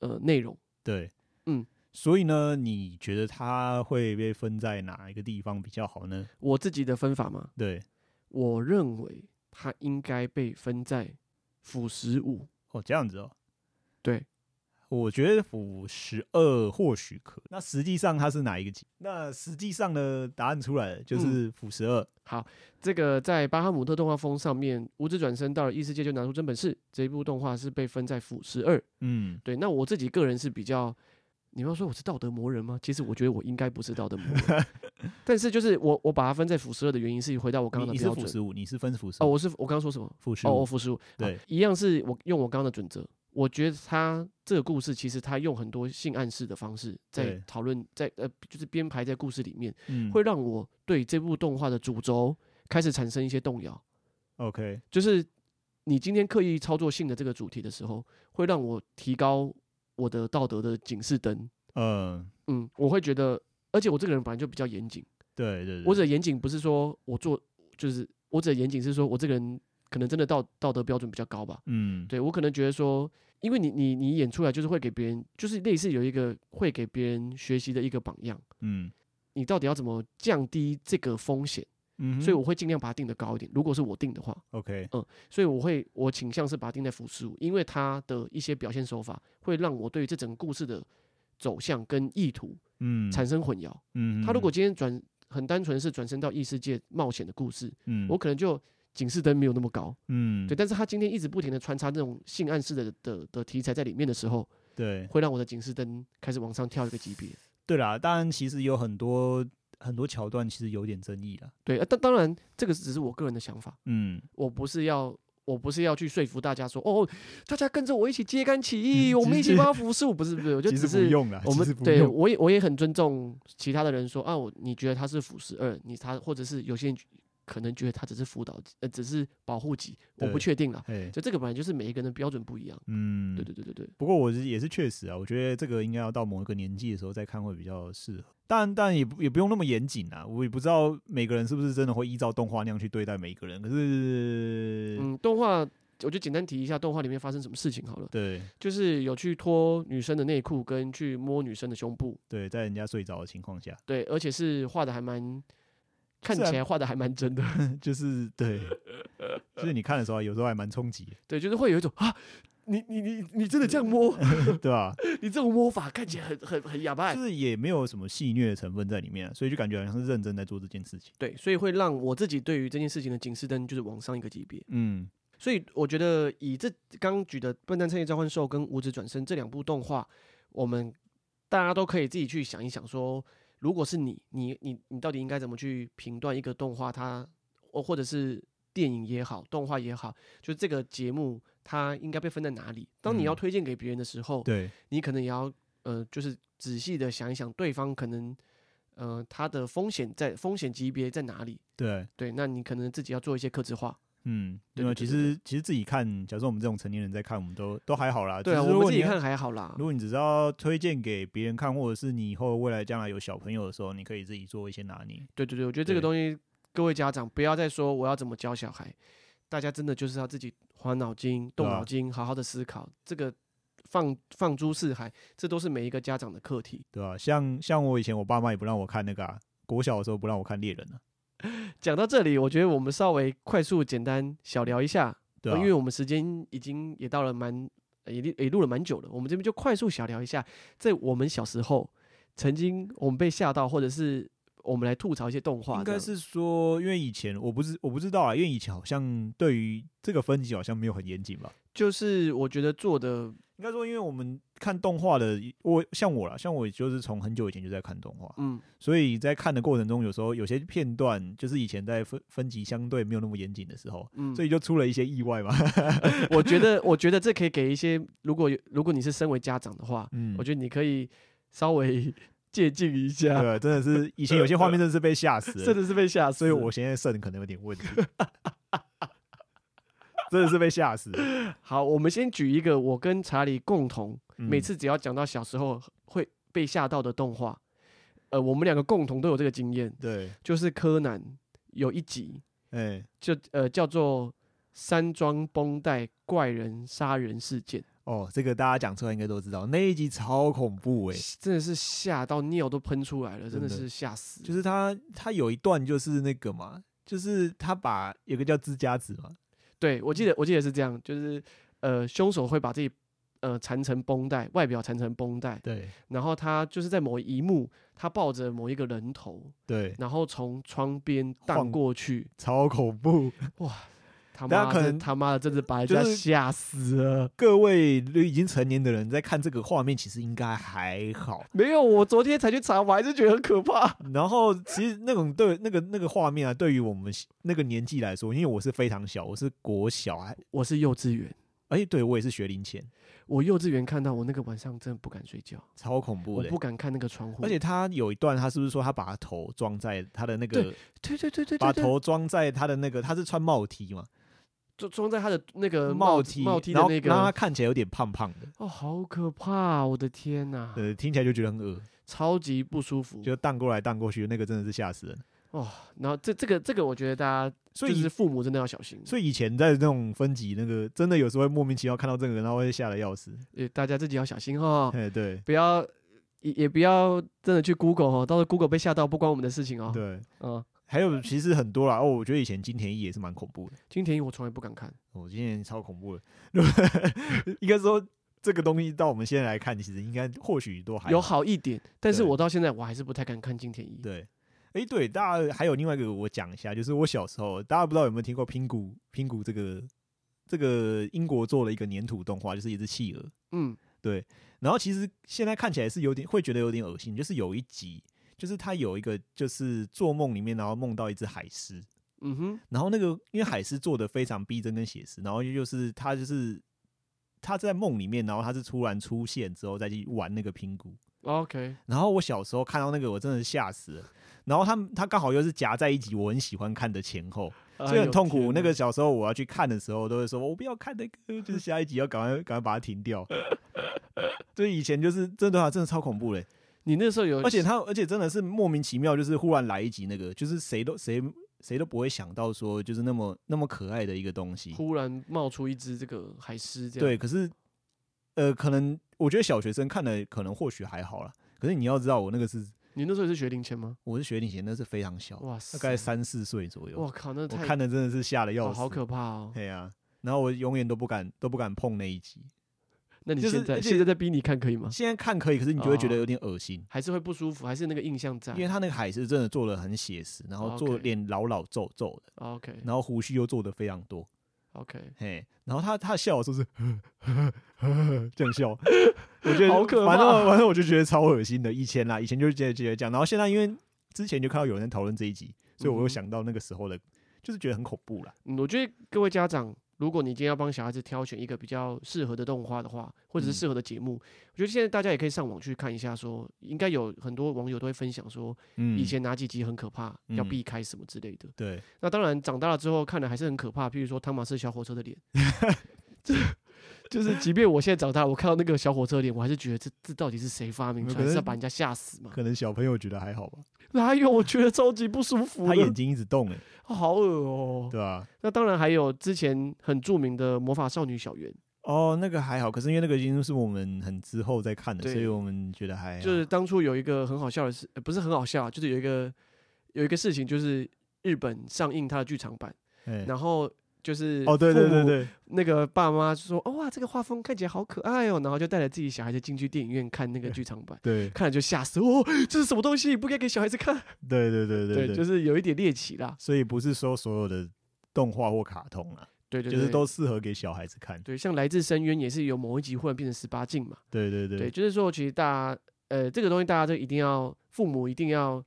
呃内容。
对，
嗯，
所以呢，你觉得它会被分在哪一个地方比较好呢？
我自己的分法嘛，
对，
我认为他应该被分在腐十五。
哦，这样子哦，
对，
我觉得腐十二或许可，那实际上它是哪一个级？那实际上的答案出来了，
嗯
就是腐十二，
这个在巴哈姆特动画风上面，《无知转身到了异世界就拿出真本事》这一部动画是被分在腐十二。
嗯，
对，那我自己个人是比较，你要说我是道德魔人吗？其实我觉得我应该不是道德魔 人，但是就是我我把它分在腐十二的原因是回到我刚
你
刚的
你是
标
腐
准。
十五，你是分腐十
哦，
五，
我是我刚刚说什么？
腐十
哦，我
五，
服输，
对
好一样是我用我刚刚的准则，我觉得他这个故事其实他用很多性暗示的方式在
对
讨论，在呃就是编排在故事里面，
嗯，
会让我对这部动画的主轴开始产生一些动摇。
OK，
就是你今天刻意操作性的这个主题的时候，会让我提高我的道德的警示灯。
嗯，
嗯，我会觉得，而且我这个人本来就比较严谨，
对对对，
我指的严谨不是说我做，就是我指的严谨是说我这个人可能真的道道德标准比较高吧。
嗯，
对我可能觉得说，因为你你你演出来就是会给别人，就是类似有一个会给别人学习的一个榜样，
嗯
你到底要怎么降低这个风险？
嗯哼，
所以我会尽量把它定的高一点。如果是我定的话，
OK，
所以我会我倾向是把它定在腐十五，因为它的一些表现手法会让我对于这整个故事的走向跟意图
嗯，
产生混淆。
嗯，
他如果今天转很单纯是转身到异世界冒险的故事，
嗯，
我可能就警示灯没有那么高。
嗯，
对，但是他今天一直不停的穿插这种性暗示的的的题材在里面的时候，
对
会让我的警示灯开始往上跳一个级别。
对啦，当然其实有很多很多桥段其实有点争议啦，
对，呃当、当然这个只是我个人的想法，
嗯，
我不是要我不是要去说服大家说哦，大家跟着我一起揭竿起义，
嗯
我们
其
一起
实
帮他服侍，不是不是，我就
其
只
实不
是。
用啦，
我
啊其
们
实不
对
用
我也我也很尊重其他的人说啊，我你觉得他是腐十二，你他或者是有些人可能觉得他只是辅导，呃，只是保护级，我不
对
确定啦。
哎，
就这个本来就是每一个人的标准不一样。
嗯，
对对。对对对，
不过我是也是确实啊，我觉得这个应该要到某一个年纪的时候再看会比较适合。但但也不也不用那么严谨啊，我也不知道每个人是不是真的会依照动画那样去对待每一个人。可是，
嗯，动画我就简单提一下动画里面发生什么事情好了，
对
就是有去脱女生的内裤跟去摸女生的胸部，
对，在人家睡着的情况下，
对，而且是画的还蛮，看
是
起
啊
来画的还蛮真的，
就是 对，就是你看的时候啊有时候还蛮冲击的，
对，就是会有一种啊。你你你你真的这样 摸，
对吧、
你这种摸法看起来很很很哑巴欸
就。是也没有什么戏虐的成分在里面啊、所以就感觉好像是认真在做这件事情。
对，所以会让我自己对于这件事情的警示灯就是往上一个级别。
嗯，
所以我觉得以这刚举的《笨蛋彻夜召唤兽》跟《五指转身》这两部动画，我们大家都可以自己去想一想说，如果是你，你你你到底应该怎么去评断一哦个动画它，或或者是电影也好，动画也好，就这个节目它应该被分在哪里。当你要
嗯
推荐给别人的时候，
对，
你可能也要呃，就是仔细的想一想对方可能呃他的风险在风险级别在哪里。
对，
对，那你可能自己要做一些克制化。
嗯，
对
因为
对
其
对对
实其实自己看，假设我们这种成年人在看，我们都都还好啦。
对
只
啊，
是
我
如
们
果
自己
你要
看还好啦
如。果你只是要推荐给别人看，或者是你以后未来将来有小朋友的时候，你可以自己做一些拿捏。
对对对，我觉得这个
对
东西，各位家长不要再说我要怎么教小孩，大家真的就是要自己花脑筋、动
对啊
脑筋，好好的思考这个。放放诸四海，这都是每一个家长的课题。
对吧、像像我以前我爸妈也不让我看那个、啊，国小的时候不让我看猎人啊，
讲到这里，我觉得我们稍微快速简单小聊一下，
对啊
呃
吧、
因为我们时间已经也到了蛮呃也也录了蛮久了，我们这边就快速小聊一下，在我们小时候曾经我们被吓到，或者是我们来吐槽一些动画
应
这样，
该是说，因为以前我不知我不知道啊，因为以前好像对于这个分级好像没有很严谨吧。
就是我觉得做的
应该说，因为我们看动画的，我像我啦，像我就是从很久以前就在看动画，
嗯
所以在看的过程中，有时候有些片段就是以前在分分级相对没有那么严谨的时候，
嗯，
所以就出了一些意外嘛。
我觉得我觉得这可以给一些如果有如果你是身为家长的话，
嗯
我觉得你可以稍微 借鉴一下，
对，真 的是以前有些画面真的是被吓死
真的
了，
是被吓死，
所以我现在肾可能有 点问题，真的是被吓死了。
好，我们先举一个我跟查理共同
嗯
每次只要讲到小时候会被吓到的动画，呃，我们两个共同都有这个经验，
嗯对，
就是柯南有一集
哎，
就呃叫做《山庄绷带怪人杀人事件
哦，这个大家讲出来应该都知道，那一集超恐怖》哎，
真的是吓到尿都喷出来了，真的
真的
是吓死。
就是他他有一段就是那个嘛，就是他把有个叫自家子嘛，
对我记得我记得是这样，就是呃凶手会把自己。呃，缠成绷带，外表缠成绷带，
对
然后他就是在某一幕，他抱着某一个人头，
对，
然后从窗边
晃
荡过去，
超恐怖。
他
大家
妈
可
的
能
他妈的，真是把人
就
家
是
吓死了。
各位已经成年的人在看这个画面，其实应该还好。
没有，我昨天才去查，我还是觉得很可怕。
然后其实那种对那个那个画面啊，对于我们那个年纪来说，因为我是非常小，我是国小，还
我是幼稚园，
而且对我也是学龄前，
我幼稚园看到我那个晚上真的不敢睡觉，
超恐怖
我
的欸、
不敢看那个窗户。
而且他有一段，他是不是说他把他头装在他的那个，
对对 对对
把
对对，
头装在他的那个，他是穿帽 T 嘛，
就装在他的那个
帽
子
T，
呃帽 T 的
然后
那
让他
个，
看起来有点胖胖的，
哦，好可怕啊、我的天呐、
呃，听起来就觉得很恶，
超级不舒服。
就荡过来荡过去，那个真的是吓死人。
哦，然后这这个这个，我觉得大家
所
就
以
是父母真的要小心，
所以以前在那种分级，那个真的有时候会莫名其妙看到这个人，然后会吓得要死。
呃，大家自己要小心哦，
哎，对
不要也也不要真的去 Google 哦，到时候 Google 被吓到不关我们的事情哦。
对，
嗯，
还有其实很多啦。哦，我觉得以前金田一也是蛮恐怖的，哦
金田一我从来不敢看，
我、今天超恐怖的。 应该说这个东西到我们现在来看，其实应该或许都还
有
好
好一点，但是
对
我到现在我还是不太敢看金田一。
对。哎，对，大家还有另外一个我讲一下，就是我小时候，大家不知道有没有听过拼骨拼骨这个这个英国做了一个粘土动画，就是一只企鹅，
嗯，
然后其实现在看起来是有点会觉得有点恶心，就是有一集，就是他有一个就是做梦里面，然后梦到一只海狮，
嗯哼，
然后那个因为海狮做的非常逼真跟写实，然后就是他就是他在梦里面，然后他是突然出现之后再去玩那个拼骨，
哦 OK，
然后我小时候看到那个我真的是吓死了，然后他们他刚好又是夹在一集我很喜欢看的前后，
哎
所以很痛苦。那个小时候我要去看的时候，都会说我不要看那个，就是下一集要赶快赶快把它停掉。所以以前就是真的啊，真的超恐怖嘞！
你那时候有，
而且他而且真的是莫名其妙，就是忽然来一集那个，就是谁都谁谁都不会想到说，就是那么那么可爱的一个东西。
忽然冒出一只这个海狮，这样
对，可是呃，可能我觉得小学生看的可能或许还好啦，可是你要知道，我那个是
你那时候也是学龄前吗？
我是学龄前，那是非常小，
哇
大
塞，
概三四岁左右。
我靠，那
我
太
看的真的是吓得要
哦
死，
好可怕哦。
对呀、然后我永远都不敢都不敢碰那一集。
那你
就是
现在
而且
现在在逼你看可以 吗？
现在看可以，可是你就会觉得
啊哦
有点恶心，
还是会不舒服，还是那个印象在
因为他那个海是真的做的很写实，然后做
哦 OK
脸老老皱皱的，
？OK
然后胡须又做的非常多，
OK，
嘿，然后他他笑的时候是这 样笑，我觉得
好可
反正
怕
反正我就觉得超恶心的。以前啦，以前就觉得觉得这样，然后现在因为之前就看到有人在讨论这一集，所以我
嗯
又
哼
想到那个时候的，就是觉得很恐怖啦。
嗯我觉得各位家长，如果你今天要帮小孩子挑选一个比较适合的动画的话，或者是
嗯
适合的节目，我觉得现在大家也可以上网去看一下说应该有很多网友都会分享说，
嗯，
以前哪几集很可怕，要
嗯
避开什么之类的。
对，
那当然，长大了之后看的还是很可怕，譬如说汤马斯小火车的 脸，这就是即便我现在长大，我看到那个小火车的脸，我还是觉得这这到底是谁发明出
可
来？
能
是要把人家吓死吗？
可能小朋友觉得还好吧，
哪有？我觉得超级不舒服
他
的，
眼睛一直动哎、
好恶哦、
对吧、啊
那当然还有之前很著名的魔法少女小圆，
哦，那个还好，可是因为那个已经是我们很之后再看的，
对
所以我们觉得还好
就是当初有一个很好笑的事，呃不是很好笑啊，就是有一个有一个事情，就是日本上映它的剧场版，
哎
然后就是
哦，对对对， 对，，
那个爸妈说哦哇，这个画风看起来好可爱哦，然后就带着自己小孩子进去电影院看那个剧场版
对
看了就吓死哦，这是什么东西？不该给小孩子看。
对对对 对对，
就是有一点猎奇啦，
所以不是说所有的动画或卡通啊，
对对对，
就是都适合给小孩子看。
对，像来自深渊也是有某一集忽然变成十八禁嘛。
对对对
对，就是说，其实大家呃，这个东西大家就一定要，父母一定要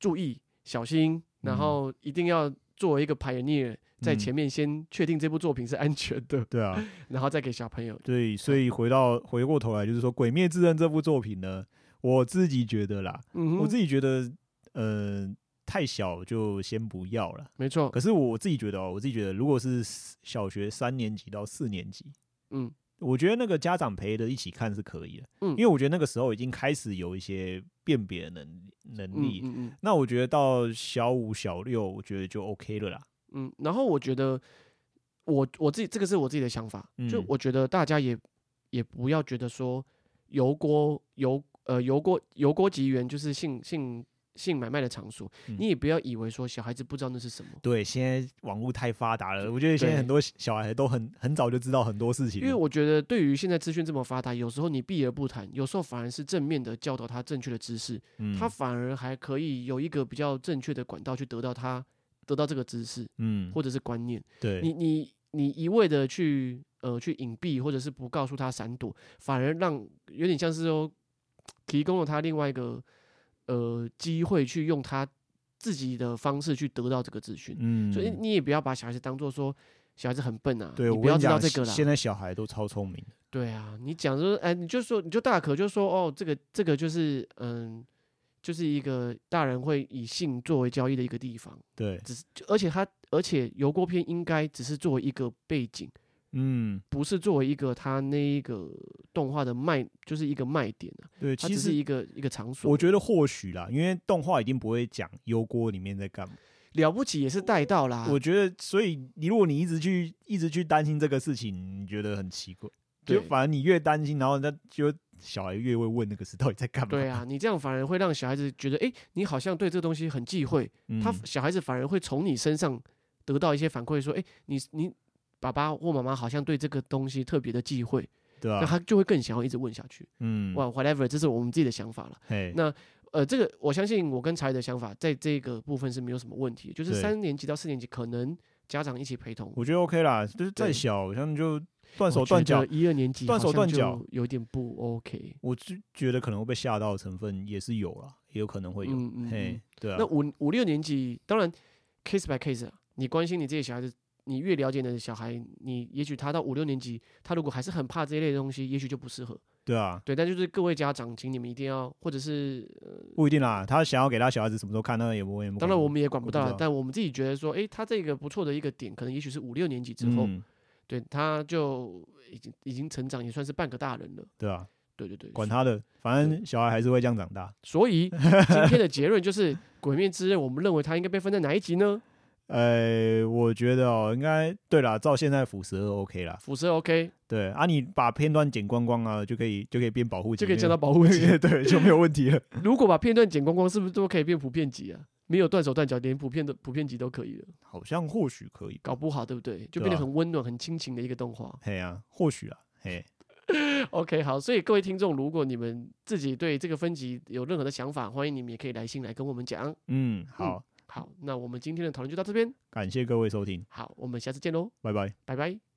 注意小心，然
嗯
后一定要作为一个 pioneer，在
嗯
前面先确定这部作品是安全的，
对啊，
然后再给小朋友。
对，所以回到回过头来，就是说《鬼灭之刃》这部作品呢，我自己觉得啦，
嗯
我自
哼，
己觉得呃太小就先不要了。
没错，
可是我自己觉得哦，我自己觉得如果是小学三年级到四年级，
嗯，
我觉得那个家长陪着一起看是可以的，
嗯
因为我觉得那个时候已经开始有一些辨别能能
嗯
力。
嗯嗯
那我觉得到小五、小六，我觉得就 OK 了啦。
嗯。然后我觉得我我自己这个是我自己的想法，就
嗯
我觉得大家也也不要觉得说油锅油呃油锅油锅集园就是性性性买卖的场所，
嗯
你也不要以为说小孩子不知道那是什么。
对，现在网络太发达了，我觉得现在
对
很多小孩都很很早就知道很多事情了。
因为我觉得，对于现在资讯这么发达，有时候你避而不谈，有时候反而是正面的教导他正确的知识，
嗯
他反而还可以有一个比较正确的管道去得到他得到这个知识
嗯，
或者是观念。
对，
你你你一味的去呃去隐蔽或者是不告诉他闪躲，反而让有点像是说提供了他另外一个呃机会去用他自己的方式去得到这个资讯。
嗯，
所以你也不要把小孩子当做说小孩子很笨啊，
对，
你
我
不
跟
要
你
知道
讲
这个啦。
现在小孩都超聪明的，
对啊，你讲说，哎，你就说，你就大可就说，哦，这个这个就是，嗯，就是一个大人会以性作为交易的一个地方，
对，
只是，就而且他，而且油锅片应该只是作为一个背景，
嗯，
不是作为一个他那一个动画的卖，就是一个卖点啊，
对，
它
其
只是
实
一个一个场所。
我觉得或许啦，因为动画一定不会讲油锅里面在干嘛。
了不起也是带到啦，
我觉得，所以你如果你一直去一直去担心这个事情，你觉得很奇怪。就
对
反而你越担心，然后人家就小孩越会问那个事到底在干嘛。
对啊，你这样反而会让小孩子觉得，哎，你好像对这个东西很忌讳，
嗯，
他小孩子反而会从你身上得到一些反馈，说：“哎、你你爸爸或妈妈好像对这个东西特别的忌讳。
对
那
啊，
他就会更想要一直问下去。
嗯，
哇、whatever，这是我们自己的想法了。
嘿，
那呃，这个我相信我跟查理的想法在这个部分是没有什么问题，就是
对
三年级到四年级可能家长一起陪同。
我觉得 OK 啦，就是再
对
小，好像就断
断
手断脚，
一二年级
断
好
手
像
断
就
脚
有点不 OK。
我就觉得可能会被吓到的成分也是有啦，也有可能会有。
嗯嗯
嘿
嗯，，
对啊
那，五五六年级，当然 case by case 啊，你关心你这些小孩子，你越了解你的小孩，你也许他到五六年级，他如果还是很怕这一类的东西，也许就不适合。
对啊，
对，但就是各位家长，请你们一定要，或者是呃，
不一定啦，他想要给他小孩子什么时候看，那也不会。
当然我们也管
我
不
知
到啦
道，
但我们自己觉得说，诶，他这个不错的一个点，可能也许是五六年级之后，
嗯
对，他就已经已经成长，也算是半个大人了。
对啊，
对对对，
管他的，反正小孩还是会这样长大。
所 以今天的结论就是，《鬼灭之刃》，我们认为它应该被分在哪一集呢？
呃，我觉得哦，应该对啦，照现在腐蛇 OK 啦。
辐射 OK
对啊，你把片段剪光光啊，就可以就可以变保护级，
就可以降到
到
保护级。
对，就没有问 题了。
如果把片段剪光光，是不是都可以变普遍级啊？没有断手断脚，连普遍的普遍级都可以了，
好像或许可以，
搞不好对不对？就
对
变得
啊
很温暖、很亲情的一个动 画。
嘿啊，或许啊，嘿，
OK，好，所以各位听众，如果你们自己对这个分级有任何的想法，欢迎你们也可以来信来跟我们讲。
嗯，好，
好，那我们今天的讨论就到这边。
感谢各位收听，
好，我们下次见喽，
拜拜。
拜拜。